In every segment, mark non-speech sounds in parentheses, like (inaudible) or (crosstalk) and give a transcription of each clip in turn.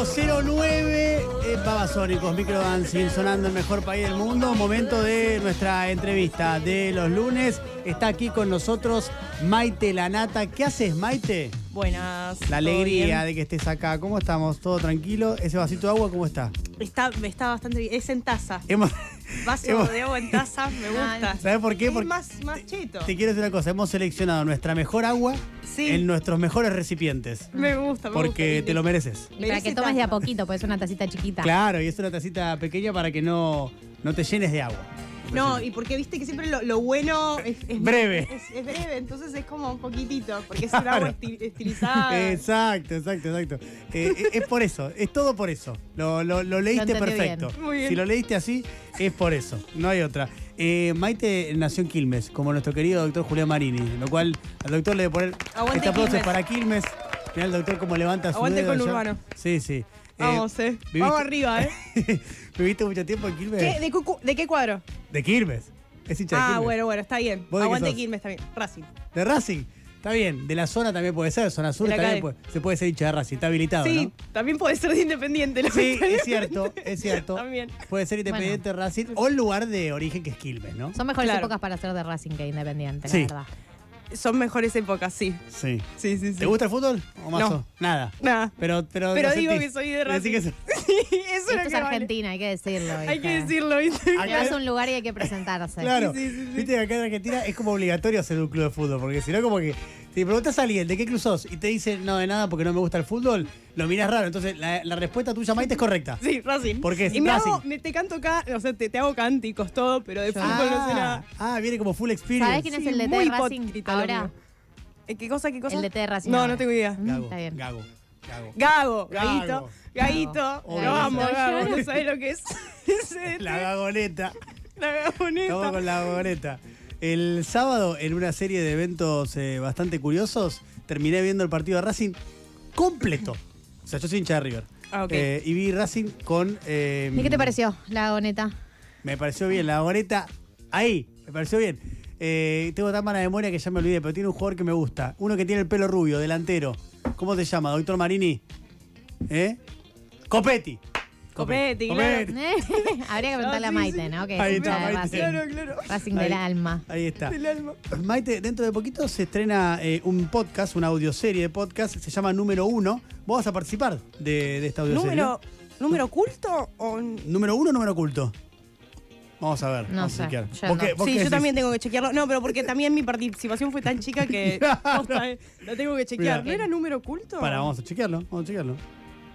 809 eh, Babasónicos, Microdancing, sonando el mejor país del mundo. Momento de nuestra entrevista de los lunes. Está aquí con nosotros Maite Lanata. ¿Qué haces, Maite? Buenas. ¿todo La alegría bien? de que estés acá. ¿Cómo estamos? ¿Todo tranquilo? ¿Ese vasito de agua cómo está? Está, está bastante bien. Es en taza. Hemos- (laughs) Vaso hemos- de agua en taza, me gusta. ¿Sabes por qué? Es Porque más, más cheto. te quiero decir una cosa. Hemos seleccionado nuestra mejor agua Sí. en nuestros mejores recipientes. Me gusta, me Porque gusta. te lo mereces. Y para que Merece tomes de a tanto. poquito, pues es una tacita chiquita. Claro, y es una tacita pequeña para que no, no te llenes de agua. No, y porque viste que siempre lo, lo bueno es, es- Breve. Es, es breve, entonces es como un poquitito, porque es un agua Claro. eh, esti- (laughs) estilizada. Exacto, exacto, exacto. Eh, eh, es por eso, es todo por eso. Lo, lo- lo leíste Lo entendí perfecto. bien. Muy bien. Si lo leíste así, es por eso, no hay otra. Eh, Maite nació en Quilmes, como nuestro querido doctor Julián Marini, lo cual al doctor le debe poner Aguante este aplauso Quilmes. para Quilmes. Mirá el doctor cómo levanta su Aguante dedo con allá. Urbano. Sí, sí. Eh, Vamos, eh. ¿viviste- Vamos arriba, eh. (laughs) ¿Viviste mucho tiempo en Quilmes? ¿Qué- de, cu- cu- de qué cuadro? De Quilmes. Es hincha de Ah, Quilmes. bueno, bueno, está bien. ¿Vos de qué Aguante sos? Quilmes también. Racing. De Racing. Está bien, de la zona también puede ser, zona sur De la también calle. puede- se puede ser hincha de Racing, está habilitado, Sí, ¿no? también puede ser de independiente. (laughs) Sí, es lamentablemente. cierto, es cierto. También. Puede ser independiente Racing o el lugar de origen que es Quilmes, ¿no? Son mejores Claro. épocas para hacer de Racing que Independiente, Sí. la verdad. eh, Son mejores épocas, sí. Sí. Sí, sí, sí. ¿Te gusta el fútbol o más No. o- Nada. (laughs) Nada. Pero, pero, Pero lo digo sentís. que soy de Decís Racing. que Sí, so- eso es Esto lo es que vale. Argentina, hay que decirlo. Hay que hija. decirlo, ¿viste? (laughs) Acá- Te vas a un lugar y hay que presentarse. (laughs) Claro. Sí, sí, sí. Viste que acá en Argentina es como obligatorio hacer un club de fútbol, porque si no, como que. Si preguntas a alguien de qué club sos y te dice no de nada porque no me gusta el fútbol, lo miras raro. Entonces, la, la respuesta tuya, Maite, es correcta. Sí, Racing. ¿Por qué es Y me Racing? hago, me, te canto acá, o sea, te, te hago cánticos, todo, pero de Yo- fútbol no sé nada. ah, viene como full experience. ¿Sabés quién es Sí, el DT muy de Racing hipócrita lo ahora? mío. Eh, ¿Qué cosa, qué cosa? El DT de Racing. No, ahora. no tengo idea. Mm, Gago, Está bien. Gago, Gago. Gago, Gago. Gaguito, Gaguito. Obvio. Lo amo, Gago. Gago, no sabés lo que es. (laughs) Ese- La gagoneta. la Estamos gagoneta. con la boleta. El sábado, en una serie de eventos eh, bastante curiosos, terminé viendo el partido de Racing completo. O sea, yo soy hincha de River. Ah, ok. Eh, y vi Racing con... eh, ¿Y qué te pareció la goneta? Me pareció bien, la boleta ahí, me pareció bien. Eh, tengo tan mala memoria que ya me olvidé, pero tiene un jugador que me gusta. Uno que tiene el pelo rubio, delantero. ¿Cómo se llama, doctor Marini? ¿Eh? Copetti. Copetti, claro. (laughs) Habría que preguntarle Ah, a sí, Maite, sí. ¿no? Que Ahí es está, hincha de Maite. Racing. Claro, claro. Racing Ahí. del alma. Ahí está. Del alma. Maite, dentro de poquito se estrena eh, un podcast, una audioserie de podcast, se llama Número Uno. Vos vas a participar de, de esta audioserie. ¿Número, ¿Número oculto o.? n- ¿Número uno o número oculto? Vamos a ver. No vamos sé, a chequear. yo ¿Vos no. qué- vos Sí, qué yo decís? también tengo que chequearlo. No, pero porque también mi participación fue tan (laughs) chica que. (laughs) posta, eh, la tengo que chequear. Mirá. ¿No era número oculto? Pará, vamos a chequearlo, vamos a chequearlo.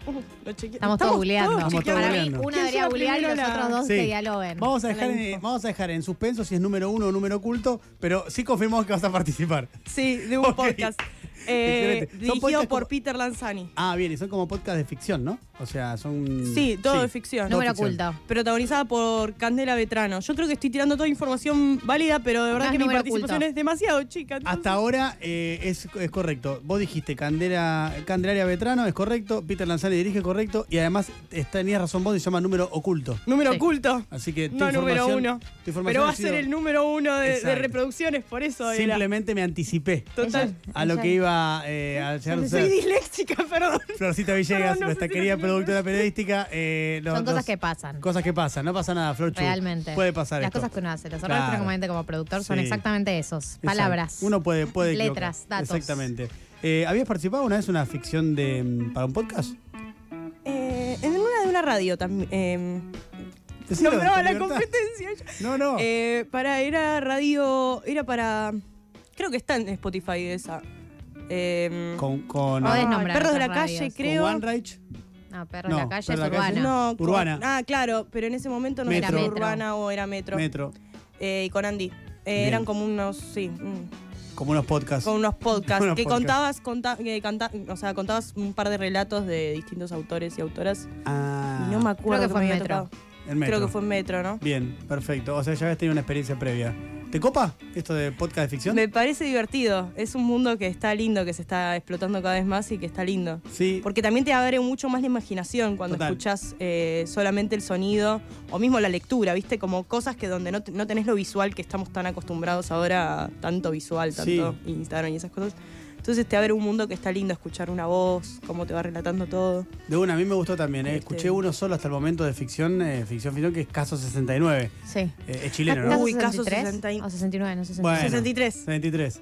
Uh, lo chequeé. Estamos todos googleando. Estamos todos Para mí, googleando. una ¿Quién debería será googlear y los primero la- otros dos Sí. que dialoguen. Vamos a, dejar la en, info. vamos a dejar en suspenso si es número uno o número oculto, pero sí confirmamos que vas a (laughs) participar. (laughs) Sí, de un Ok. (laughs) podcast. Eh, Excelente. Son dirigido podcasts por como- Peter Lanzani. Ah, bien, y son como podcast de ficción, ¿no? O sea, son. Sí, todo de ficción. Número ficción. oculto. Protagonizada por Candela Vetrano. Yo creo que estoy tirando toda información válida, pero de verdad Más que mi número participación oculto. es demasiado chica. entonces- Hasta ahora eh, es, es correcto. Vos dijiste Candela, Candelaria Vetrano, es correcto. Peter Lanzani dirige, correcto. Y además es- tenías razón vos, se llama número oculto. Número Sí. oculto. Así que tu No número información- uno. tu información Pero va ha a ser sido- el número uno de, de Exacto. reproducciones, por eso era. Simplemente me anticipé Total. a lo que iba eh, a llegar a Soy ser disléxica, (laughs) perdón. Florcita (laughs) Villegas, Perdón, no nuestra sé si querida lo- productora periodística. eh, los- Son cosas los- que pasan. Cosas que pasan, no pasa nada, Flor Chu. Realmente. Puede pasar Las esto. cosas que uno hace. Los errores Claro. que uno comete como productor son Sí. exactamente esos. Exacto. Palabras. Uno puede, puede equivocar. Letras, datos. Exactamente. Eh, ¿Habías participado una vez en una ficción de, mm, para un podcast? Eh, en una de una radio también. Eh, Decilo, nombraba con la libertad. Oh. competencia. No, no. Eh, para, era radio. Era para. Creo que está en Spotify esa. Eh, con con, Podés ah, nombrar Perros de la otras radios. calle, Con creo. con One Reich. No, perro No, en la calle Perro es en la calle urbana. No, con- Urbana. ah, claro, pero en ese momento no Metro. era Metro. urbana o era metro. Metro. Eh, y con Andy. Eh, Bien. eran como unos, sí, mm, Como unos podcasts. con unos podcasts Unos que podcasts. contabas, conta- que canta- o sea, contabas un par de relatos de distintos autores y autoras. Ah, Y no me acuerdo Creo que qué fue me había Metro. tocado. en Metro. Creo que fue en Metro, ¿no? Bien, perfecto. O sea, ya habías tenido una experiencia previa. ¿Te copa esto de podcast de ficción? Me parece divertido. Es un mundo que está lindo, que se está explotando cada vez más y que está lindo. Sí. Porque también te abre mucho más la imaginación cuando Total. escuchas eh, solamente el sonido o mismo la lectura, ¿viste? Como cosas que donde no, te- no tenés lo visual que estamos tan acostumbrados ahora, a tanto visual, Sí. tanto Instagram y esas cosas. Entonces te abre un mundo que está lindo escuchar una voz, cómo te va relatando todo. De una, a mí me gustó también. eh. Este- Escuché uno solo hasta el momento de ficción, eh, ficción, ficción, que es Caso 69. Sí. Eh, es chileno, ¿no? Ca- Caso Uy, caso 63 60. o 69, no 69. Bueno. 63. 73.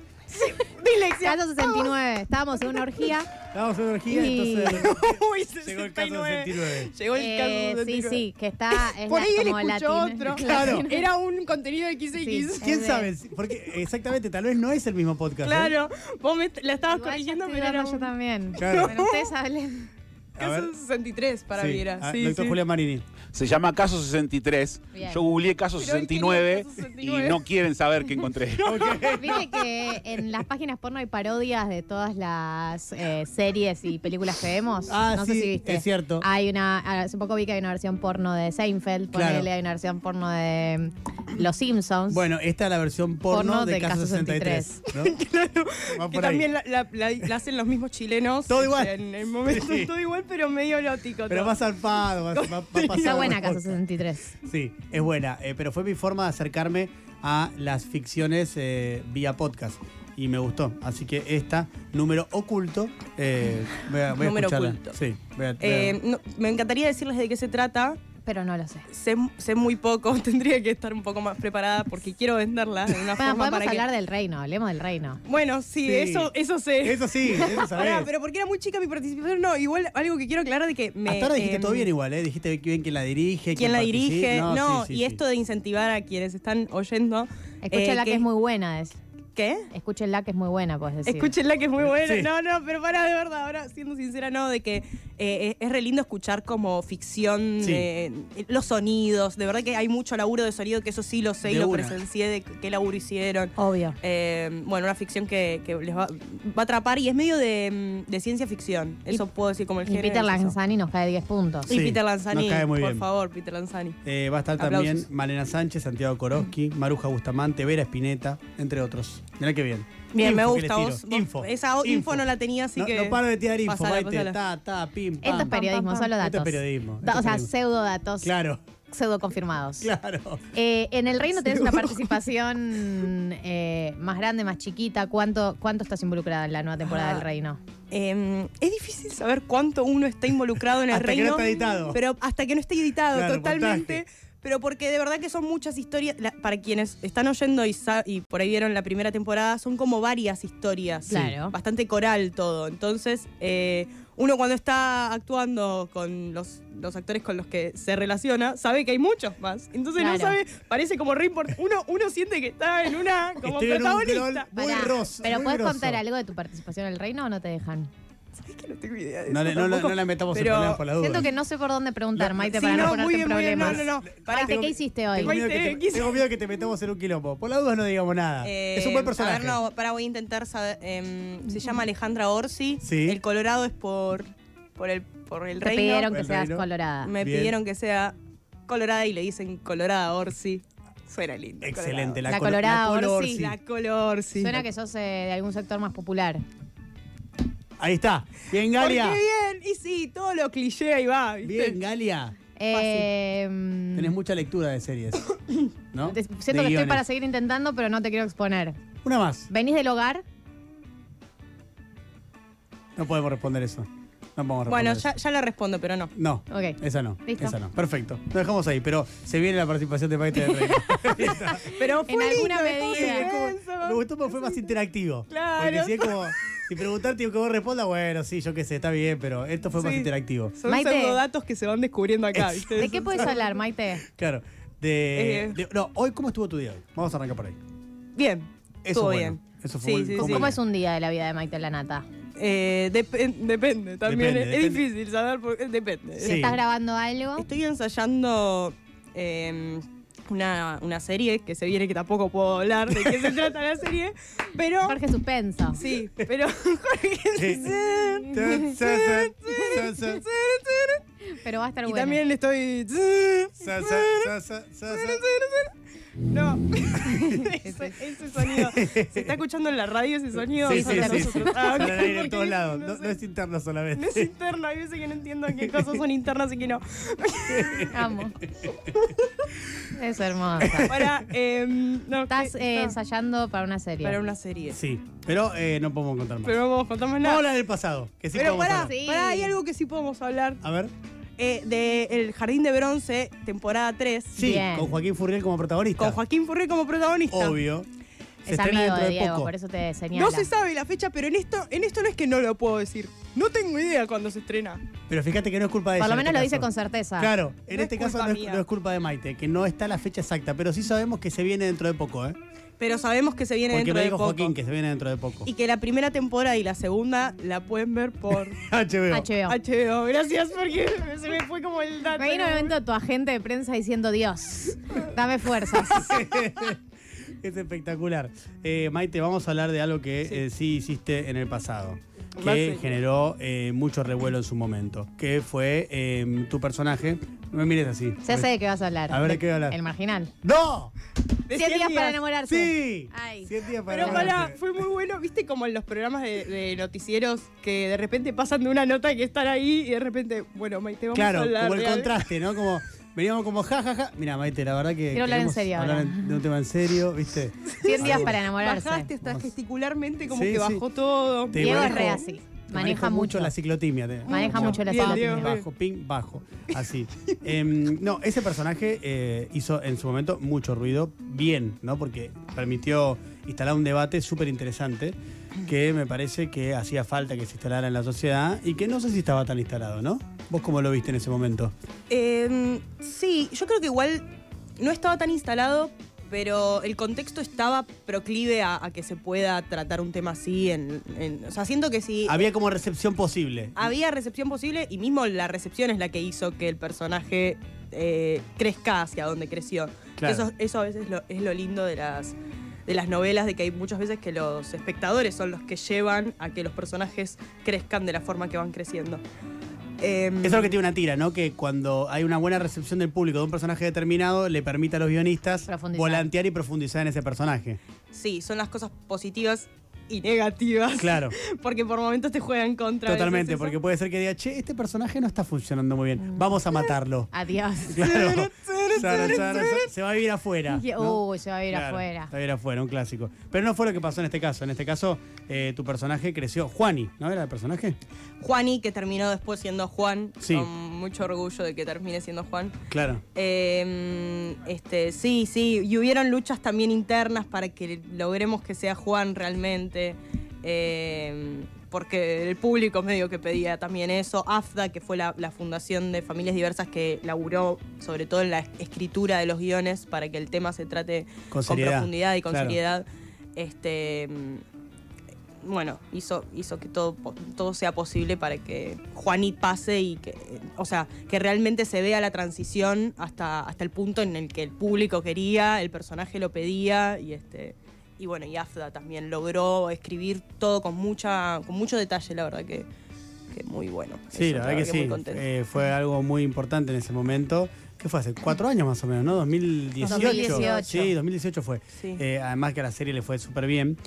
Caso 69. Estábamos en una orgía. Estábamos en energía, Y- (laughs) entonces Uy, llegó el Caso 69. 69. Llegó el caso Eh, sí, 69. sí, que está. Es Por la- ahí él como escuchó latina. (laughs) otro. Claro. (laughs) Era un contenido de XX. Sí. ¿Quién Es de- sabe? Porque exactamente, tal vez no es el mismo podcast. ¿eh? Claro, vos me, la estabas Igual ya corrigiendo, estoy Ah, pero dando era yo un también. Claro. Bueno, ustedes hablen. (laughs) A ver. caso 63 (laughs) para Sí. mí era. Ah, sí, Doctor sí. Julián Marini. Se llama Caso 63. Bien. Yo googleé Caso Pero él quería 69 Caso y 69. no quieren saber qué encontré. Viste que en las páginas porno hay parodias de todas las eh, series y películas que vemos. Ah, no sí, sé si viste. es cierto. Hay una, hace poco vi que hay una versión porno de Seinfeld, Claro. ponele, hay una versión porno de mm, Los Simpsons. Bueno, esta es la versión porno, Porno de, de Caso Caso 63. ¿no? Claro, Va (laughs) que por ahí. también la, la- (laughs) la- la hacen los mismos chilenos. Todo igual. En el momento Sí. todo igual, pero medio erótico. Pero todo. más alfado, más, más, más (laughs) pasado. Está buena Caso 63. Sí, es buena. eh, pero fue mi forma de acercarme a las ficciones eh, vía podcast. Y me gustó. Así que esta, número oculto, eh, voy a, voy a Número escucharla. oculto. Sí, voy a- voy a- Eh, (laughs) no, me encantaría decirles de qué se trata. Pero no lo sé. Sé, sé muy poco, (laughs) tendría que estar un poco más preparada porque quiero venderla de una Bueno, forma podemos para que- hablar del reino, hablemos del reino. Bueno, sí, Sí. Eso, eso sé. Eso sí, eso sabés. Pará, pero porque era muy chica mi participación, no, igual algo que quiero aclarar de que me. Hasta ahora dijiste em, todo bien igual, ¿eh? Dijiste bien quién la dirige, quién la participa. dirige, no, sí, sí, y sí. esto de incentivar a quienes están oyendo. Escúchenla eh, que es muy buena. Es. ¿Qué? Escúchenla que es muy buena, puedes decir. Escúchenla que es muy buena. Sí. No, no, pero para de verdad, ahora siendo sincera, no, de que eh, es es re lindo escuchar como ficción, Sí. eh, los sonidos, de verdad que hay mucho laburo de sonido, que eso sí lo sé y De lo una. presencié, de qué laburo hicieron. Obvio. Eh, bueno, una ficción que, que les va, va a atrapar y es medio de, mm, de ciencia ficción, eso Y- puedo decir como el Y género. Peter es eso. Lanzani nos cae 10 puntos. Y Sí, Peter Lanzani, nos cae muy por bien. favor, Peter Lanzani. Eh, va a estar Aplausos. también Malena Sánchez, Santiago Koroski, Maruja Bustamante, Vera Espineta, entre otros. Mirá qué bien. Bien, Info me que gusta les vos. tiro. vos- Info. Esa o- info, no la tenía, así no, que. no paro de tirar info, pasala, Maite. pasala. Ta, ta, pim, pam. Esto es periodismo, pam, pam. solo Esto datos. es periodismo. esto Da- o es sea, periodismo. pseudo datos, Claro, (laughs) pseudo confirmados. claro. Eh, en el reino tenés una (laughs) participación eh, más grande, más chiquita. ¿Cuánto, ¿Cuánto estás involucrada en la nueva temporada Ah. del reino? Eh, es difícil saber cuánto uno está involucrado en el Hasta que no reino. está editado. Pero hasta que no esté editado, Claro, totalmente. montaje. Pero porque de verdad que son muchas historias. la- para quienes están oyendo y, sa- y por ahí vieron la primera temporada, son como varias historias. Claro. Bastante coral todo. Entonces, eh, uno cuando está actuando con los, los actores con los que se relaciona, sabe que hay muchos más. Entonces no Claro. sabe, parece como re import- Uno, uno siente que está en una como Estoy en un protagonista. rol muy Pará, roso. ¿Pero muy puedes groso. contar algo de tu participación en el reino o no te dejan? Es que no tengo idea de No, eso le- no, no, tampoco, no la metamos pero- en problemas por la duda. Siento que no sé por dónde preguntar, Maite, Sí, para no, no, ponerte muy bien, en muy bien, problemas. no, no, no. Pará, Maite, tengo- ¿qué hiciste hoy? Tengo miedo, que te, Maite, quise- tengo miedo que te metamos en un quilombo. Por la duda no digamos nada. Eh, Ah. es un buen personaje. A ver, no, para voy a intentar saber. em, se llama Alejandra Orsi. Sí. El Colorado es por, por el, por el Te reino. pidieron El que seas reino. colorada. Me Bien. pidieron que sea Colorada y le dicen Colorada Orsi. Suena lindo. Excelente. La, La colo- colorada, la color, ahora sí. sí. La color, sí. Suena que sos eh, de algún sector más popular. Ahí está. Bien, Porque Galia. bien, y sí, todo lo cliché ahí va. ¿viste? Bien, Galia. Eh, mm, Tenés mucha lectura de series. ¿No? te- De siento que estoy guiones. para seguir intentando, pero no te quiero exponer. Una más. ¿Venís del hogar? No podemos responder eso. No podemos responder Bueno, eso. ya, ya la respondo, pero no. No. Ok. Esa no. Listo. Esa no. Perfecto. Lo dejamos ahí, pero se viene la participación de Maite del Rey. Pero fue alguna lindo, dejó medida. de Es como- eso. me gustó porque fue más interactivo. Claro. Porque si es como. Si preguntarte y que vos respondas, bueno, sí, yo qué sé, está bien, pero esto fue más Sí. interactivo. Son Maite. datos que se van descubriendo acá. ¿viste? ¿De qué puedes hablar, Maite? Claro. De, Eh. de- no, hoy, ¿cómo estuvo tu día hoy? Vamos a arrancar por ahí. Bien. Eso estuvo bueno. bien. Eso fue Sí, muy- sí, fue sí. muy ¿Cómo bien. es un día de la vida de Maite la nata? Eh, depen- depende, también Depende, es, es depende. difícil saber por eh, depende. Sí. ¿Estás grabando algo? Estoy ensayando eh, una, una serie que se viene que tampoco puedo hablar de (laughs) qué se trata la serie, pero Jorge Suspenso. sí, pero (laughs) Sí. Tan, san, san, san, Pero va a estar y bueno. también estoy san, san, san, san, san, san. (laughs) No. ese, ese sonido. ¿Se está escuchando en la radio ese sonido? Sí, Son sí, de sí, sí. nosotros. Ah, ok, Sale al aire en porque todos lados. No, No, sé. no es interno No (laughs) es solamente. interno, hay veces que no entiendo qué cosas son internas y que no. (laughs) Amo. Es hermosa. Para, eh, no, Estás que- eh, no, ensayando para una serie. para una serie. Sí, pero eh, no podemos contar más. Pero no podemos contar más Vamos a nada. hablar del pasado. Que sí Pero podemos pará, hablar. Sí. pará, hay algo que sí podemos hablar. A ver. Eh, de El Jardín de Bronce, temporada 3. Sí, Bien. con Joaquín Furriel como protagonista. Con Joaquín Furrier como protagonista. Obvio. Se es estrena amigo dentro de de Diego, poco. por eso te señala. No se sabe la fecha, pero en esto, en esto no es que no lo puedo decir. No tengo idea cuándo se estrena. Pero fíjate que no es culpa de Por ella lo en menos este lo dice caso. con certeza. Claro, en No este es caso culpa no es, mía. no es culpa de Maite, que no está la fecha exacta, pero sí sabemos que se viene dentro de poco, ¿eh? Pero sabemos que se viene Porque dentro me de dijo poco. Joaquín que se viene dentro de poco. Y (laughs) que la primera temporada y la segunda la pueden ver (laughs) por HBO. HBO. HBO. Gracias porque se me fue como el dato. Me vino en un momento tu agente de prensa diciendo, Dios, (laughs) dame fuerzas. Es espectacular. Eh, Maite, vamos a hablar de algo que eh, sí, hiciste en el pasado, Más que serio. generó eh, mucho revuelo en su momento, que fue eh, tu personaje. No me mires así. Ya sé de qué vas a hablar. A ver, ¿de De- qué voy a hablar? El marginal. ¡No! De Cien cien días para días. enamorarse. ¡Sí! Ay. Cien días para Pero enamorarse. para, fue muy bueno, viste como en los programas de, de noticieros que de repente pasan de una nota que están ahí y de repente, bueno, Maite, vamos a Claro, hablar. como el de algo. contraste, ¿no? Como veníamos como ja, ja, ja. Mira, Maite, la verdad que. Quiero hablar en queremos serio hablar ahora. en- de un tema en serio, ¿viste? 100 días para enamorarse. Bajaste hasta gesticularmente, como Sí, que sí. bajó todo. Te Diego es manejo- re así. Te Maneja manejo mucho. la ciclotimia. te- Maneja mucho la Pam, ciclotimia. Bajo, ping, bajo. Así. Em, no, ese personaje eh, hizo en su momento mucho ruido, bien, ¿no? Porque permitió instalar un debate súper interesante que me parece que hacía falta que se instalara en la sociedad y que no sé si estaba tan instalado, ¿no? ¿Vos cómo lo viste en ese momento? Eh, sí, yo creo que igual no estaba tan instalado, pero el contexto estaba proclive a, a que se pueda tratar un tema así. En, en- o sea, siento que sí. Ah. Había como recepción posible. Había recepción posible y mismo la recepción es la que hizo que el personaje eh, crezca hacia donde creció. Claro. Eso, eso a veces lo- es lo lindo de las, de las novelas, de que hay muchas veces que los espectadores son los que llevan a que los personajes crezcan de la forma que van creciendo. Em, Eso es lo que tiene una tira, ¿no? Que cuando hay una buena recepción del público de un personaje determinado, le permite a los guionistas Profundizar. volantear y profundizar en ese personaje. Sí, son las cosas positivas y negativas. Claro. (laughs) Porque por momentos te juegan contra. a veces Totalmente, eso. porque puede ser que diga, che, este personaje no está funcionando muy Mm. bien, vamos a (laughs) matarlo. Adiós. Claro. Sara, Sara, Sara, se va a vivir afuera. (laughs) Y- ¿no? Uy, se va a ir Claro, afuera. Se va a ir afuera, un clásico. Pero no fue lo que pasó en este caso. En este caso, eh, tu personaje creció. Juani, ¿no era el personaje? Juani, que terminó después siendo Juan. Sí. Con mucho orgullo de que termine siendo Juan. Claro. Eh, este, sí, sí. Y hubieron luchas también internas para que logremos que sea Juan realmente. Eh, porque el público medio que pedía también eso. AFDA, que fue la, la fundación de familias diversas que laburó sobre todo en la escritura de los guiones para que el tema se trate Con con seriedad. profundidad y con Claro. seriedad. Este, mm, bueno, hizo, hizo que todo, po- todo sea posible para que Juaní pase y que, eh, o sea, que realmente se vea la transición hasta, hasta el punto en el que el público quería, el personaje lo pedía y este. Y bueno, y Afda también logró escribir todo con mucha, con mucho detalle, la verdad que, que muy bueno. Sí, Eso, la verdad que sí. muy contenta. Eh, fue algo muy importante en ese momento. ¿Qué fue hace? Cuatro años más o menos, ¿no? 2018. 2018. Sí, 2018 fue. Sí. Eh, además que a la serie le fue súper bien.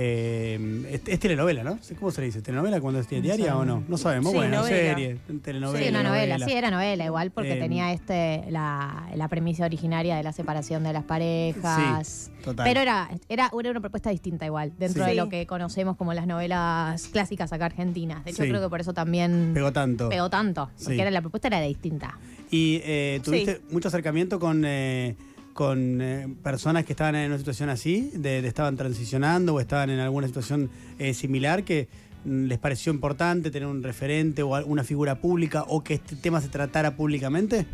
Eh, es, es telenovela, ¿no? ¿Cómo se le dice? ¿Telenovela cuando es diaria o no? No sabemos. Sí, bueno, novela. serie, telenovela. Sí, una novela. Sí, era novela igual porque Eh, tenía este la, la premisa originaria de la separación de las parejas. total. Pero era, era, era una propuesta distinta igual, dentro Sí. de lo que conocemos como las novelas clásicas acá argentinas. De hecho, Sí. creo que por eso también Pegó pegó, tanto. tanto, porque Sí. era, la propuesta era distinta. Y eh, tuviste Sí. mucho acercamiento con, eh, con eh, personas que estaban en una situación así, de, de estaban transicionando o estaban en alguna situación eh, similar que mm, les pareció importante tener un referente o una figura pública o que este tema se tratara públicamente.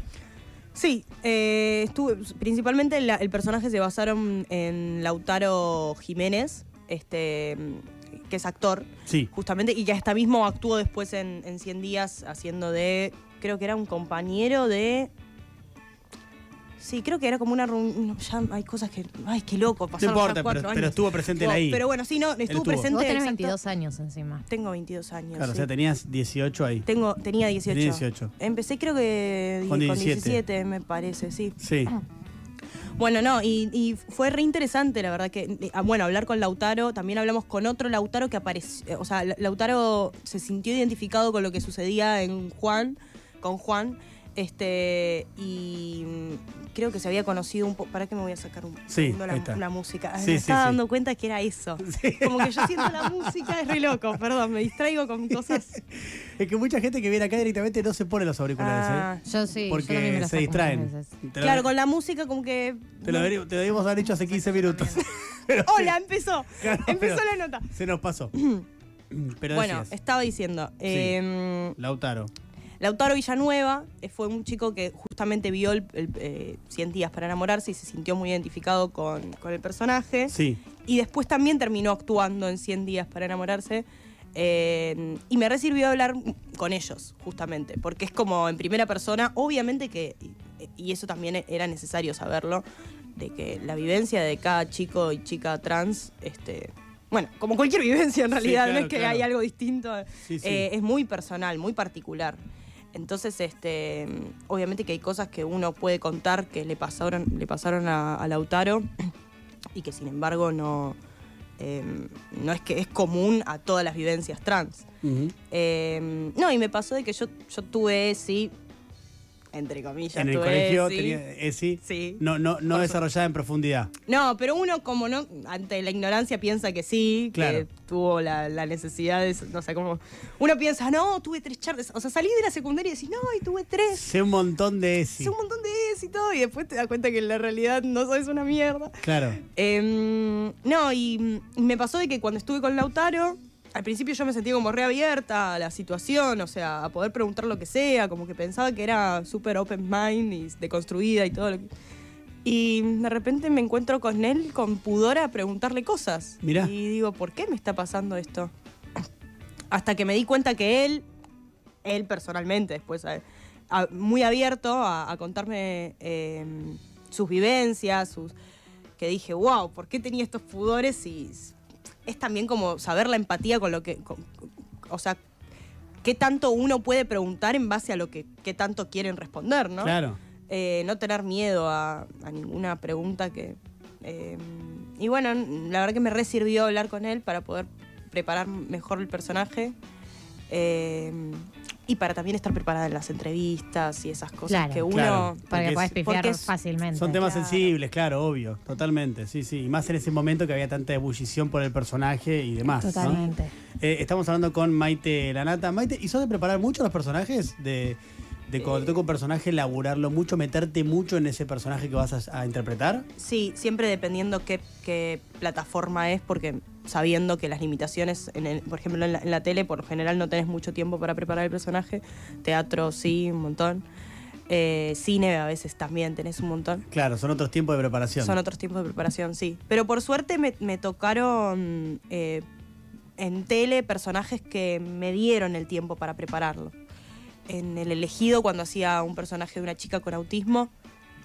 Sí, eh, estuve, principalmente la- el personaje se basaron en Lautaro Jiménez, este, que es actor, Sí. justamente, y ya está mismo actuó después en, en 100 días haciendo de, creo que era un compañero de... Sí, creo que era como una... reun- no, ya hay cosas que... Ay, qué loco, No pasaron ya importa, pero, cuatro pero años. estuvo presente él ahí. Pero bueno, sí, no, estuvo, estuvo. presente... Vos tenés exacto. 22 años encima. Tengo 22 años. claro, o sí. sea, tenías 18 ahí. Tengo, tenía 18. Tenía 18. Empecé creo que di- Con con 17. 17, me parece, sí. Sí. Bueno, no, y, y fue re interesante, la verdad que, eh, ah, bueno, hablar con Lautaro, también hablamos con otro Lautaro que apareció, eh, o sea, La- Lautaro se sintió identificado con lo que sucedía en Juan, con Juan, este, y mm, creo que se había conocido un poco, ¿para qué me voy a sacar un Sí, segundo ahí la, está. la música? Ay, Sí, me sí, estaba sí. dando cuenta que (laughs) era eso. Como que yo siento la música, es re loco, perdón, me (laughs) distraigo con cosas. Es que mucha gente que viene acá directamente no se pone los auriculares, Ah, ¿eh? Yo sí. yo Porque también me lo se saco muchas distraen. veces. Te lo- claro, con la música como que... te lo, deberi- te lo debimos haber hecho hace 15 minutos. (laughs) Hola, empezó, (laughs) Claro, empezó pero- la nota. Se nos pasó. Pero bueno, decías, estaba diciendo, em, Lautaro. Lautaro Villanueva eh, fue un chico que justamente vio el, el, eh, 100 días para enamorarse y se sintió muy identificado con, con el personaje. Sí. Y después también terminó actuando en 100 días para enamorarse. Eh, y me resirvió hablar con ellos, justamente, porque es como en primera persona, obviamente que, y eso también era necesario saberlo, de que la vivencia de cada chico y chica trans, este, bueno, como cualquier (laughs) vivencia en Sí, realidad, no claro, es que claro. hay algo distinto, Sí, sí. eh, es muy personal, muy particular. Entonces, este, obviamente que hay cosas que uno puede contar que le pasaron, le pasaron a, a Lautaro y que sin embargo no, em, no es que es común a todas las vivencias trans. Ujú. Em, no, y me pasó de que yo, yo tuve ESI, entre comillas, En el tuve colegio ESI. tenía ESI. Sí. No, no, no Por desarrollada en profundidad. No, pero uno como no, ante la ignorancia piensa que sí, Claro. que tuvo la, la necesidad de, no sé cómo. Uno piensa, no, tuve tres charlas. O sea, salí de la secundaria y decís, no, y tuve tres. Sé un montón de E ESI. Es un montón de eso y todo. Y después te das cuenta que en la realidad no sois una mierda. Claro. Em, no, y, y me pasó de que cuando estuve con Lautaro, al principio yo me sentía como reabierta a la situación, o sea, a poder preguntar lo que sea, como que pensaba que era súper open mind y deconstruida y todo lo que... Y de repente me encuentro con él con pudor a preguntarle cosas. Mirá. Y digo, ¿por qué me está pasando esto? Hasta que me di cuenta que él, él personalmente después, a- a- muy abierto a, a contarme em, sus vivencias, sus, que dije, wow, ¿por qué tenía estos pudores? Y s- es también como saber la empatía con lo que. con- con- o sea, qué tanto uno puede preguntar en base a lo que qué tanto quieren responder, ¿no? Claro. Eh, no tener miedo a, a ninguna pregunta que. eh, y bueno, n- la verdad que me re sirvió hablar con él para poder preparar mejor el personaje. eh, y para también estar preparada en las entrevistas y esas cosas Claro, que uno. claro. Para Porque que es- puedas pifiar porque es- fácilmente. Son temas Claro. sensibles, claro, obvio. Totalmente. Sí, sí. Y más en ese momento que había tanta ebullición por el personaje y demás. ¿no? Totalmente. Eh, estamos hablando con Maite Lanata. Maite, ¿y sos de preparar mucho los personajes? De, de cuando te toca Eh. un personaje, laburarlo mucho, meterte mucho en ese personaje que vas a, a interpretar. Sí, siempre dependiendo qué, qué plataforma es, porque sabiendo que las limitaciones, en el- por ejemplo, en la, en la tele, por lo general no tenés mucho tiempo para preparar el personaje. Teatro, sí, un montón. Eh, cine, a veces también tenés un montón. Claro, son otros tiempos de preparación. Son otros tiempos de preparación, sí. Pero por suerte me, me tocaron eh, en tele personajes que me dieron el tiempo para prepararlo. En el elegido, cuando hacía un personaje de una chica con autismo,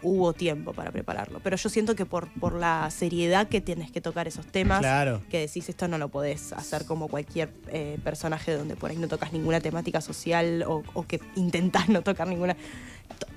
hubo tiempo para prepararlo. Pero yo siento que por, por la seriedad que tienes que tocar esos temas, Claro. que decís esto no lo podés hacer como cualquier eh, personaje donde por ahí no tocas ninguna temática social o, o que intentás no tocar ninguna. To-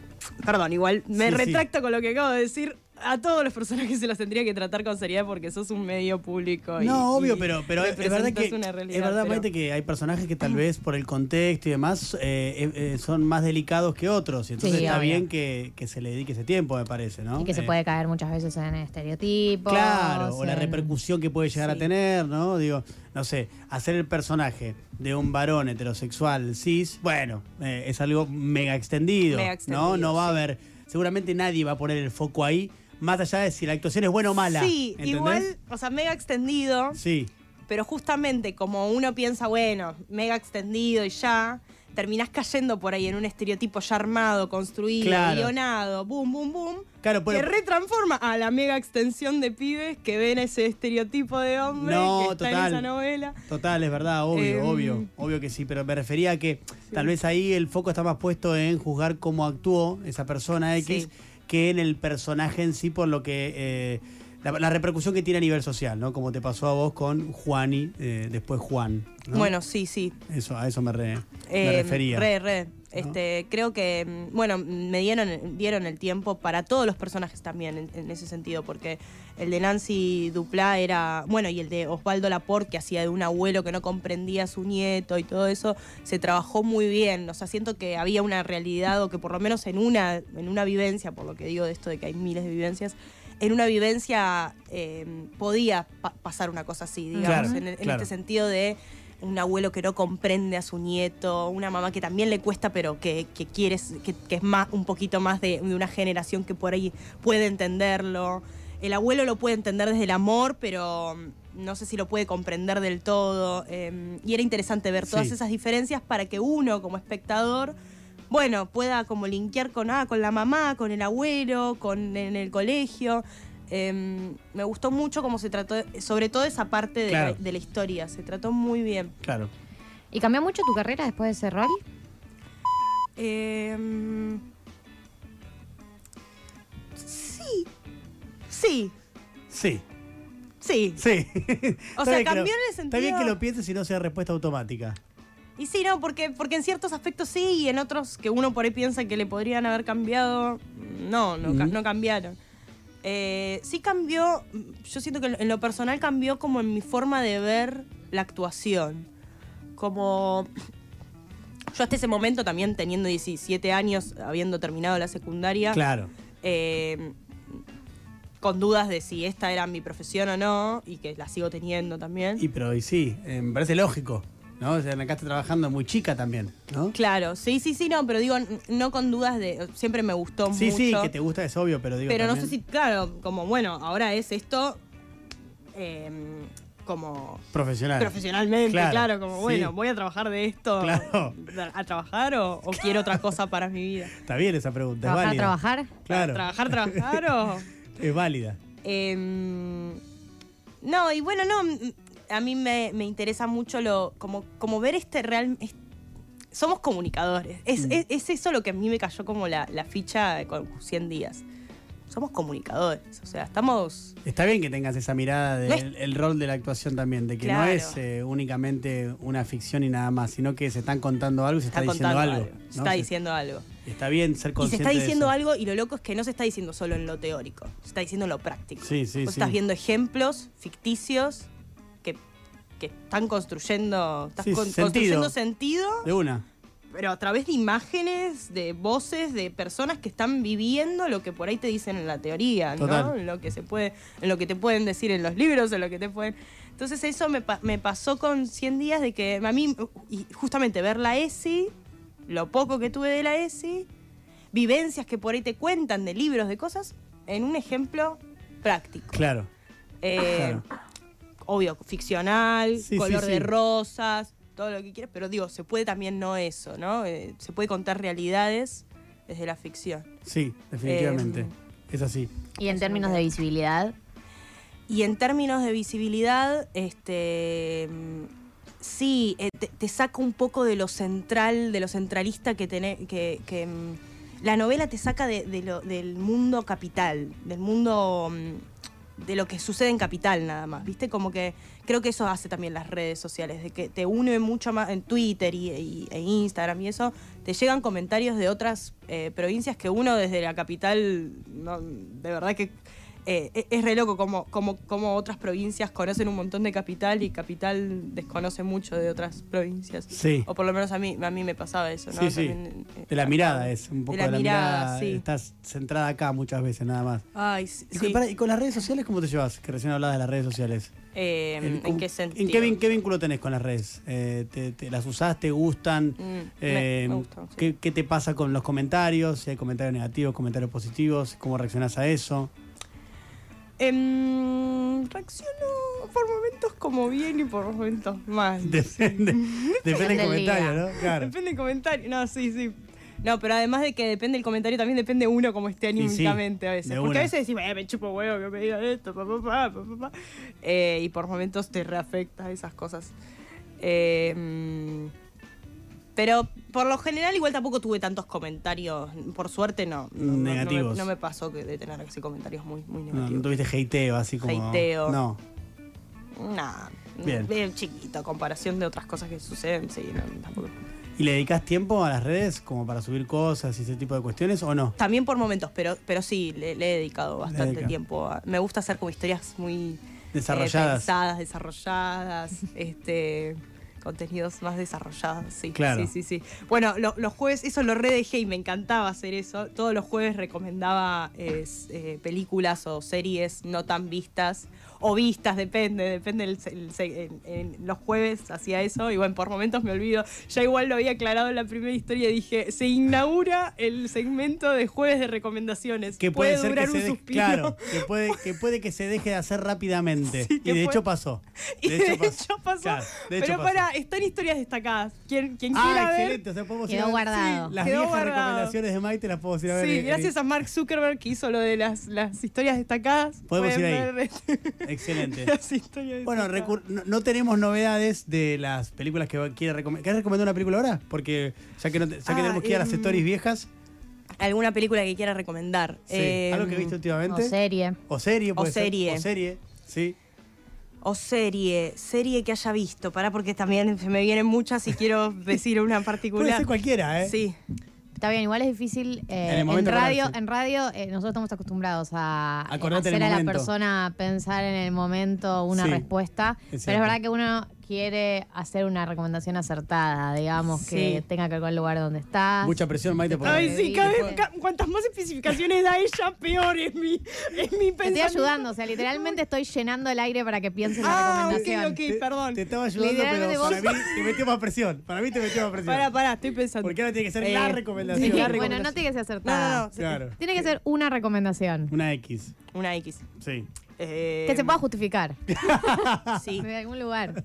Perdón, igual me Sí, sí. retracto con lo que acabo de decir. A todos los personajes se los tendría que tratar con seriedad porque sos un medio público. y- No, obvio, y pero, pero es representás verdad que una realidad, es verdad pero- Maite, que hay personajes que tal vez por el contexto y demás eh, eh, eh, son más delicados que otros. Y entonces Sí, está obvio. bien que, que se le dedique ese tiempo, me parece, ¿no? Y que se Eh, puede caer muchas veces en estereotipos. Claro, o la en- repercusión que puede llegar a Sí. tener, ¿no? Digo, no sé, hacer el personaje de un varón heterosexual cis, bueno, eh, es algo mega extendido, Mega ¿no? extendido, No va a sí. haber, seguramente nadie va a poner el foco ahí, más allá de si la actuación es buena o mala. Sí, ¿entendés? igual, o sea, mega extendido. Sí, Pero justamente como uno piensa, bueno, mega extendido y ya, terminás cayendo por ahí en un estereotipo ya armado, construido, Claro. guionado, boom, boom, boom. claro, que pero... retransforma a la mega extensión de pibes que ven ese estereotipo de hombre No, que está total. en esa novela. Total, es verdad, obvio, Em, obvio, obvio que sí, pero me refería a que tal vez ahí el foco está más puesto en juzgar cómo actuó esa persona X Sí. que en el personaje en sí por lo que eh, la, la repercusión que tiene a nivel social, ¿no? Como te pasó a vos con Juani, eh, después Juan. ¿no? Bueno, sí, sí. Eso, a eso me, re- me Eh, refería. Re, re. Este, creo que, mm, bueno, me dieron, dieron el tiempo para todos los personajes también en, en ese sentido, porque el de Nancy Duplá era, bueno, y el de Osvaldo Laporte, que hacía de un abuelo que no comprendía a su nieto y todo eso, se trabajó muy bien. O sea, siento que había una realidad, o que por lo menos en una, en una vivencia, por lo que digo de esto de que hay miles de vivencias, en una vivencia eh, podía pa- pasar una cosa así, digamos, Claro, en, en claro. este sentido de un abuelo que no comprende a su nieto, una mamá que también le cuesta, pero que, que quiere, s- que, que es más, un poquito más de, de una generación que por ahí puede entenderlo. El abuelo lo puede entender desde el amor, pero mm, no sé si lo puede comprender del todo. eh, y era interesante ver todas Sí. esas diferencias para que uno, como espectador, bueno, pueda como linkear con, ah, con la mamá, con el abuelo, con en el colegio. Em, me gustó mucho cómo se trató, sobre todo esa parte de, Claro. la, de la historia, se trató muy bien. Claro. ¿Y cambió mucho tu carrera después de ese rol? Em, sí, sí, Sí, sí. sí. Está O sea, bien que lo- cambió en el Está bien que sentido- lo pienses y no sea respuesta automática. Y sí, no, porque, porque en ciertos aspectos sí y en otros que uno por ahí piensa que le podrían haber cambiado, no, no, ca- Ujú. no cambiaron. Eh, sí cambió, yo siento que en lo personal cambió como en mi forma de ver la actuación. Como yo hasta ese momento también teniendo 17 años, habiendo terminado la secundaria, Claro. eh, con dudas de si esta era mi profesión o no, y que la sigo teniendo también. Y pero y sí, eh, me parece lógico, ¿no? O sea, arrancaste trabajando muy chica también, ¿no? Claro, sí, sí, sí, no, pero digo, n- no con dudas de. Siempre me gustó Sí, mucho. sí, que te gusta es obvio, pero digo. Pero no sé también- si, claro, como bueno, ahora es esto. eh, como Profesional. profesionalmente, Claro, claro, como sí. bueno, voy a trabajar de esto Claro. a trabajar o, o quiero otra cosa para mi vida. Está bien esa pregunta, es ¿Trabajar, válida. trabajar? Claro, Trabajar, trabajar o. es válida. Em, no, y bueno, no, m- a mí me, me interesa mucho lo, como, como ver este real... es- somos comunicadores. Es, Mm. es- es eso lo que a mí me cayó como la, la ficha con 100 días. Somos comunicadores, o sea, estamos... Está bien que tengas esa mirada No es- del el rol de la actuación también, de que no Claro. es eh, únicamente una ficción y nada más, sino que se están contando algo y se está, Está, diciendo contando algo. algo. ¿no? Se está diciendo algo. Y Está bien ser Y se consciente está diciendo de eso. algo y lo loco es que no se está diciendo solo en lo teórico, se está diciendo en lo práctico. Sí, sí, Vos sí. estás viendo ejemplos ficticios que, que están construyendo, estás Sí, con- sentido. construyendo sentido De una. pero a través de imágenes, de voces, de personas que están viviendo lo que por ahí te dicen en la teoría, ¿no? Total. En lo que se puede, en lo que te pueden decir en los libros, en lo que te pueden. Entonces eso me, pa- me pasó con 100 días de que a mí y justamente ver la ESI, lo poco que tuve de la ESI, vivencias que por ahí te cuentan de libros, de cosas, en un ejemplo práctico. Claro. Eh, Claro. Obvio, ficcional, Sí, sí, color sí. de rosas, todo lo que quieras, pero digo, se puede también no eso, ¿no? Eh, se puede contar realidades desde la ficción. Sí, definitivamente. Eh, es así. Y en términos de visibilidad, Y en términos de visibilidad, este. mm, Sí, eh, te, te saca un poco de lo central, de lo centralista que tenés. Que, que, mm, la novela te saca de- de lo- del mundo capital, del mundo. mm, de lo que sucede en capital nada más, ¿viste? Como que creo que eso hace también las redes sociales, de que te une mucho más en Twitter y, y- e Instagram y eso, te llegan comentarios de otras eh, provincias que uno desde la capital, no, de verdad que eh, e- es re loco como, como, como otras provincias conocen un montón de capital y capital desconoce mucho de otras provincias. Sí. O por lo menos a mí, a mí me pasaba eso, ¿no? Sí, sí. También, eh, De la mirada es un poco de la, mirada. sí. Estás centrada acá muchas veces, nada más. Ay, sí. Y, con- pará, ¿y con las redes sociales cómo te llevas? Que recién hablabas de las redes sociales. Eh, El- ¿En, con- qué sentido? qué, vin- qué vínculo tenés con las redes? Eh, te, te- ¿Las usás? ¿Te gustan? Mm, me- Eh, me gustan, sí. ¿qué, qué te pasa con los comentarios? Si hay comentarios negativos, comentarios positivos, ¿cómo reaccionás a eso? (laughs) Em, reacciono por momentos como bien y por momentos mal. (laughs) Depende, depende del del comentario, día. ¿no? Claro. Depende del comentario. No, sí, sí. No, pero además de que depende del comentario, también depende uno como esté sí, anímicamente a de veces. Porque una. a veces decimos, eh, me chupo huevo que me digan esto, pa, pa, pa, pa, pa, pa". Eh, y por momentos te reafecta esas cosas. Eh, mm, pero por lo general igual tampoco tuve tantos comentarios. Por suerte no. no, no- no me- No, Negativos. me, pasó que de tener así comentarios muy, muy No, negativos. no tuviste hateo así como. Hateo. No. Nah, Bien. bien chiquito, a comparación de otras cosas que suceden, sí, no, tampoco. ¿Y le dedicas tiempo a las redes como para subir cosas y ese tipo de cuestiones o no? También por momentos, pero, pero sí, le, le he dedicado bastante dedica. tiempo. a- me gusta hacer como historias muy eh, Desarrolladas. pensadas, desarrolladas, este contenidos más desarrollados, sí. Claro. Sí, sí, sí. Bueno, lo- los jueves, eso lo re dejé y me encantaba hacer eso. Todos los jueves recomendaba eh, s- eh, películas o series no tan vistas, o vistas, depende, depende. el se- el se- el- en los jueves hacía eso y bueno, por momentos me olvido. Ya igual lo había aclarado en la primera historia, dije, se inaugura el segmento de jueves de recomendaciones. que puede, ser durar que se un de- suspiro. claro que puede que puede que se deje de hacer rápidamente Sí, y que de puede- hecho pasó Y (laughs) de hecho pasó. Claro, de hecho pero pasó. para, están historias destacadas. Quien, quien quiera ah ver. excelente o sea, podemos ir a Quedó ver- guardado. las Quedó viejas guardado. recomendaciones de Maite las podemos ir a ver Sí, en- gracias a Mark Zuckerberg que hizo lo de las, las historias destacadas. Podemos Pueden ir ahí. ver (laughs) excelente las historias bueno destacadas. recur- no, no tenemos novedades de las películas que va- quiere recomendar ¿querés recomendar una película ahora? porque ya que, no te- ya que Ah, tenemos que ir a las em, stories viejas ¿Alguna película que quiera recomendar? sí. Eh, algo que viste O últimamente serie. o serie O puede ser. serie. o serie sí O serie, serie que haya visto. Pará, porque también se me vienen muchas (laughs) y quiero decir una en puede particular. ser cualquiera eh Sí, Está bien, igual es difícil. eh, En el en, momento radio, acordarse. en radio eh, nosotros estamos acostumbrados a eh, Acordate en hacer el a la momento. persona pensar en el momento una Sí, respuesta. es pero cierto. es verdad que uno quiere hacer una recomendación acertada, digamos, que Sí. tenga que ver con el lugar donde está. mucha presión Maite por Ay, sí, cada vez- Viste. ca- cuantas más especificaciones da ella, peor es mi, es mi Te estoy pensamiento. ayudando, o sea, literalmente estoy llenando el aire para que pienses la Ah, recomendación. ok, ok, Te- perdón. Te estaba ayudando, Liderarme de pero vos. para mí te metió más presión. Para mí te metió más presión. Pará, pará, estoy pensando. Porque ahora tiene que ser la Eh, recomendación. Sí, la (laughs) bueno, recomendación. no tiene que ser No, acertada. no, no. Claro. Tiene que ser una recomendación. Una X. Una X. Sí. Eh, Que se pueda justificar Sí. de algún lugar.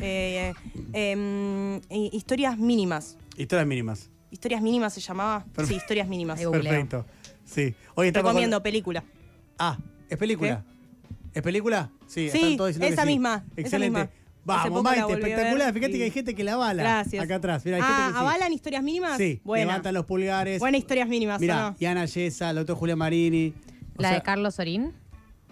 Eh, eh, eh, historias mínimas. Historias mínimas. Historias mínimas se llamaba. Sí, historias mínimas. Ahí va. Googleo. Perfecto. Sí. Hoy estamos Recomiendo con- película. Ah, ¿es película? ¿Es película? Sí, Sí, están todos diciendo que esa sí. misma, esa Excelente. misma. Hace Vamos, poco la Maite, volví a espectacular. ver Fíjate y- que hay gente que la avala. Gracias. Acá atrás. Mirá, hay gente Ah, que sí. ¿avalan historias mínimas? Sí, Buena. levantan los pulgares. Buena historias mínimas. ¿o Mirá, no? y Ana Yesa, la otra Julia Marini. O ¿La sea- de Carlos Sorín?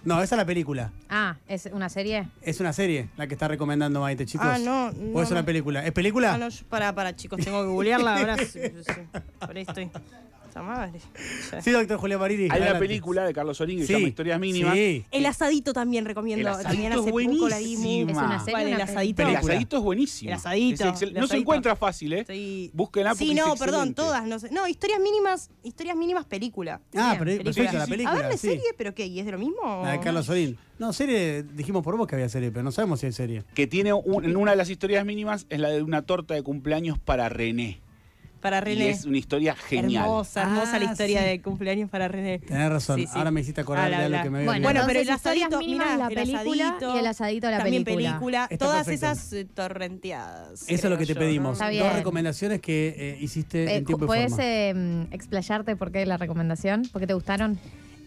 No, esa es la película. Ah, ¿es una serie? Es una serie la que está recomendando Maite, chicos. Ah, no, ¿O no, es una no. película? ¿Es película? Ah, no, yo- pará, pará, chicos, tengo que (laughs) googlearla ahora. Sí, sí, sí. Por ahí estoy. Puta madre. Ya. Sí, doctor Julia Marini. Hay una adelante. película de Carlos Sorín que Sí, se llama Historias Mínimas. Sí. El asadito también recomiendo. El asadito también es hace poco la vi muy- buenísima. ¿Es una serie? ¿Cuál, el una asadito? Pero el Película. asadito es buenísimo. El asadito, Es excel- el no se asadito. encuentra fácil, ¿eh? Sí. Búsquenla Sí, porque es no, perdón, excelente. todas, no sé. No, historias mínimas, historias mínimas película. Ah, Bien, pero película. perfecto, la Sí, sí, sí. película. A ver, la sí. serie, pero ¿qué? ¿Y es de lo mismo? La de Carlos Sorín. No, serie, dijimos por vos que había serie, pero no sabemos si hay serie. Que tiene un- en una de las historias mínimas es la de una torta de cumpleaños para René. Para Y René. es una historia genial. Hermosa, hermosa Ah, la historia sí. de cumpleaños para René. Tenés razón, Sí, sí. ahora me hiciste acordar Ala, de algo ala. que me había Bueno, Bueno, olvidado. pero el Entonces, historias asadito, mínimas, mirá, la el película asadito, y el asadito, la también película. Está todas perfecto. esas eh, torrenteadas. Eso es lo creo que te yo, pedimos. ¿no? Está Dos bien. recomendaciones que eh, hiciste Eh, en tiempo y ¿Puedes forma. eh, explayarte por qué la recomendación? ¿Por qué te gustaron?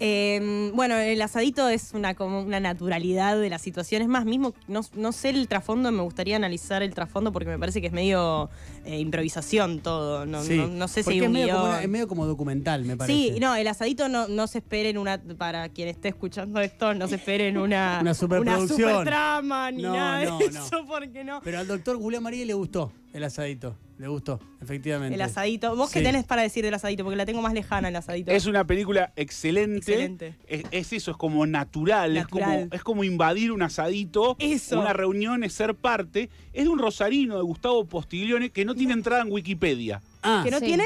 Eh, bueno, el asadito es una, como una naturalidad de las situaciones. Más mismo, no, no sé el trasfondo, me gustaría analizar el trasfondo porque me parece que es medio eh, improvisación todo. No, Sí, no, no sé si porque hay es un medio, como guión. una- es medio como documental, me parece. Sí, no, el asadito no, no se esperen una, para quien esté escuchando esto, no se esperen una, (laughs) Una superproducción. trama ni No, nada no, de no. eso, porque no. Pero al doctor Julia María le gustó el asadito. Le gustó, efectivamente. El asadito. ¿Vos qué Sí. tenés para decir del asadito? Porque la tengo más lejana el asadito. Es una película excelente. Excelente. Es, es eso, es como natural, Es, Natural. como, es como invadir un asadito, Eso. una reunión, es ser parte. Es de un rosarino de Gustavo Postiglione que no tiene entrada en Wikipedia. Ah, ¿Que no sí. tiene?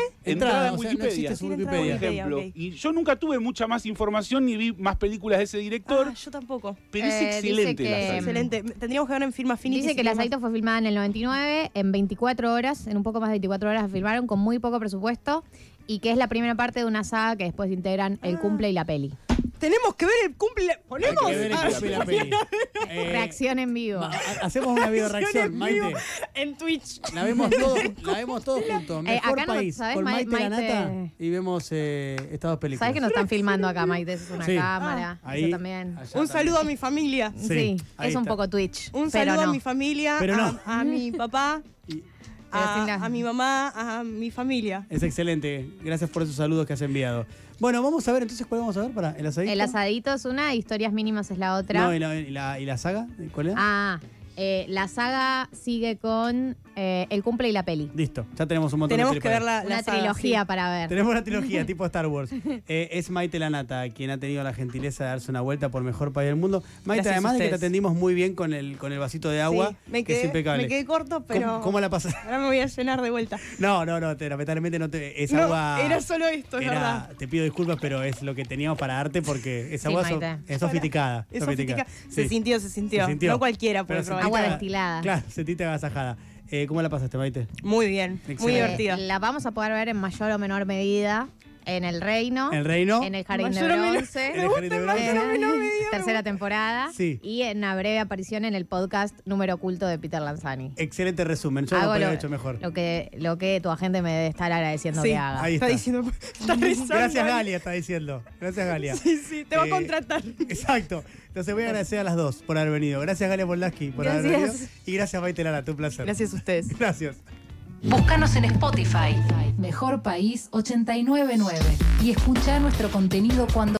entrada, Entrada en o sea, no Wikipedia. existe su Tiene entrada en Por Wikipedia. Wikipedia, ejemplo. ok. Y yo nunca tuve mucha más información ni vi más películas de ese director, Ah, yo tampoco. pero es Eh, dice excelente el que- asadito. Excelente. Tendríamos que ver en Film Affinity. Dice si que el tenemos- asadito fue filmada en el 99, en 24 horas, en un poco más de 24 horas la filmaron con muy poco presupuesto y que es la primera parte de una saga que después integran el cumple y la peli. Tenemos que ver el cumple. Hay ¿Ponemos? que ver el Ah, cumple y la peli. Eh, Reacción en vivo. ma- Hacemos una videoreacción, en vivo, Maite. En Twitch. La vemos todos, la vemos todos juntos. Eh, Mejor acá no- país. ¿sabés, con Ma- Maite, la Maite? nata y vemos eh, estas dos películas. ¿Sabes que nos están filmando acá, Maite? Eso es una Sí. Ah, cámara. Ahí, eso también. allá Un también. saludo a mi familia. Sí, Sí, ahí es un está. poco Twitch. Un pero saludo no. a mi familia, Pero a- no. a, mi papá, Y- a, sin la- a mi mamá, a mi familia. Es excelente. Gracias por esos saludos que has enviado. Bueno, vamos a ver entonces cuál vamos a ver para el asadito. El asadito es una, historias mínimas es la otra. No, y la, y la- y la saga, ¿cuál era? Ah, eh, la saga sigue con eh, El cumple y la peli. Listo, ya tenemos un montón Tenemos de que películas. ver la, la Una saga, trilogía sí. para ver. Tenemos la (laughs) trilogía tipo Star Wars. Eh, es Maite Lanata quien ha tenido la gentileza de darse una vuelta por mejor país del mundo. Maite, Gracias a además de que te ustedes. atendimos muy bien con el, con el vasito de agua, Sí, me que es quedé, impecable. me quedé corto, ¿Cómo- pero ¿Cómo, la pasaste? ahora me voy a llenar de vuelta. (laughs) No, no, no, te- lamentablemente no te, es No, agua. era solo esto, es era- verdad. Te pido disculpas, pero es lo que teníamos para darte porque es Sí, agua so- Maite. es sofisticada. Es sofisticada. Se Sí. sintió, se sintió. Se sintió. No cualquiera puede Pero sentiste- probar. Agua destilada. Claro, sentiste agasajada. Eh, ¿Cómo la pasaste, Maite? Muy bien, muy Excelente. Eh, divertida. La vamos a poder ver en mayor o menor medida en El Ah, Reino, ¿El reino? en El Jardín Mayor de o menor- Bronce. ¿En el jardín de bronce? Eh, tercera temporada Sí. y en una breve aparición en el podcast número oculto de Peter Lanzani. Excelente resumen, Ah, yo no Hago podría lo- haber hecho mejor. Lo que, lo que tu agente me debe estar agradeciendo Sí. que haga. Ahí está. está. diciendo, (laughs) está rezando. Gracias, Galia, está diciendo. Gracias, Galia. Sí, sí, te va Eh, a contratar. Exacto. Entonces voy a agradecer a las dos por haber venido. Gracias, Galia Bolaski, por haber Gracias. venido. Y gracias, Maite Lara, tu placer. Gracias a ustedes. Gracias. Búscanos en Spotify, Mejor País 899 y escucha nuestro contenido cuando